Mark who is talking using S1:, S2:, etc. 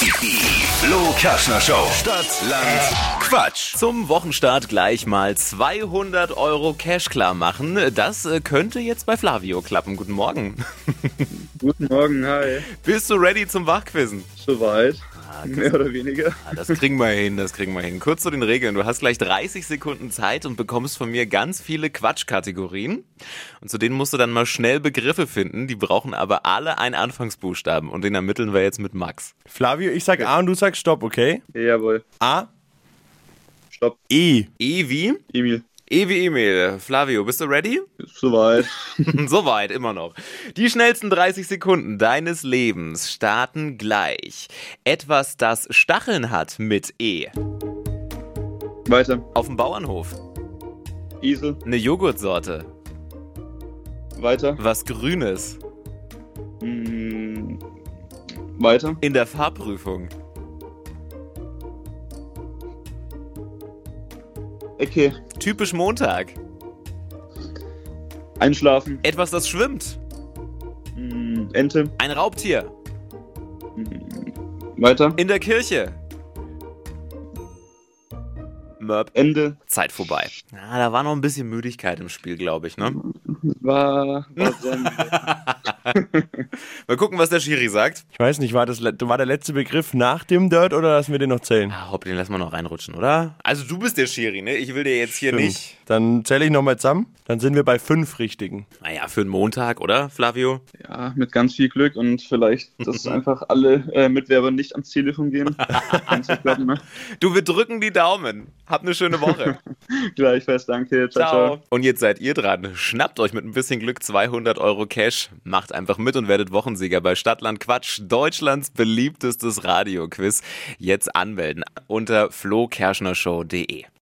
S1: Die Flo Kaschner Show. Stadt, Land, Quatsch.
S2: Zum Wochenstart gleich mal 200 Euro Cash klar machen. Das äh, könnte jetzt bei Flavio klappen. Guten Morgen.
S3: Guten Morgen, hi.
S2: Bist du ready zum Wachquissen?
S3: Soweit. Mehr oder weniger.
S2: Ah, Das kriegen wir hin, das kriegen wir hin. Kurz zu den Regeln. Du hast gleich 30 Sekunden Zeit und bekommst von mir ganz viele Quatschkategorien. Und zu denen musst du dann mal schnell Begriffe finden. Die brauchen aber alle einen Anfangsbuchstaben. Und den ermitteln wir jetzt mit Max.
S4: Flavio, ich sag A und du sagst Stopp, okay?
S3: Jawohl.
S4: A,
S3: Stopp.
S4: E.
S2: E wie?
S3: Emil.
S2: E wie Emil. Flavio, bist du ready?
S3: Soweit.
S2: Soweit, immer noch. Die schnellsten 30 Sekunden deines Lebens starten gleich. Etwas, das Stacheln hat mit E.
S3: Weiter.
S2: Auf dem Bauernhof.
S3: Esel.
S2: Eine Joghurtsorte.
S3: Weiter.
S2: Was Grünes.
S3: Mm, weiter.
S2: In der Fahrprüfung.
S3: Ecke.
S2: Typisch Montag.
S3: Einschlafen.
S2: Etwas, das schwimmt.
S3: Mm, Ente.
S2: Ein Raubtier.
S3: Weiter.
S2: In der Kirche. Mörb.
S3: Ende.
S2: Zeit vorbei. Ah, da war noch ein bisschen Müdigkeit im Spiel, glaube ich, ne?
S3: War. war Sonne.
S2: Mal gucken, was der Schiri sagt.
S4: Ich weiß nicht, war, das, le- war der letzte Begriff nach dem Dirt oder lassen wir den noch zählen?
S2: Ah, hopp, den lassen wir noch reinrutschen, oder? Also du bist der Schiri, ne? Ich will dir jetzt hier nicht.
S4: Dann zähle ich nochmal zusammen. Dann sind wir bei fünf richtigen.
S2: Naja, für einen Montag, oder, Flavio?
S3: ja, mit ganz viel Glück und vielleicht, dass einfach alle äh, Mitwerber nicht ans Telefon gehen. Kann's ja klappen, ne?
S2: Du, wir drücken die Daumen. Habt eine schöne Woche.
S3: Gleichfalls, danke. Ciao, ciao.
S2: Ciao. Und jetzt seid ihr dran. Schnappt euch mit ein bisschen Glück 200 Euro Cash. Macht einfach mit und werdet Wochensieger bei Stadtland Quatsch, Deutschlands beliebtestes Radioquiz. Jetzt anmelden unter flokerschnershow.de.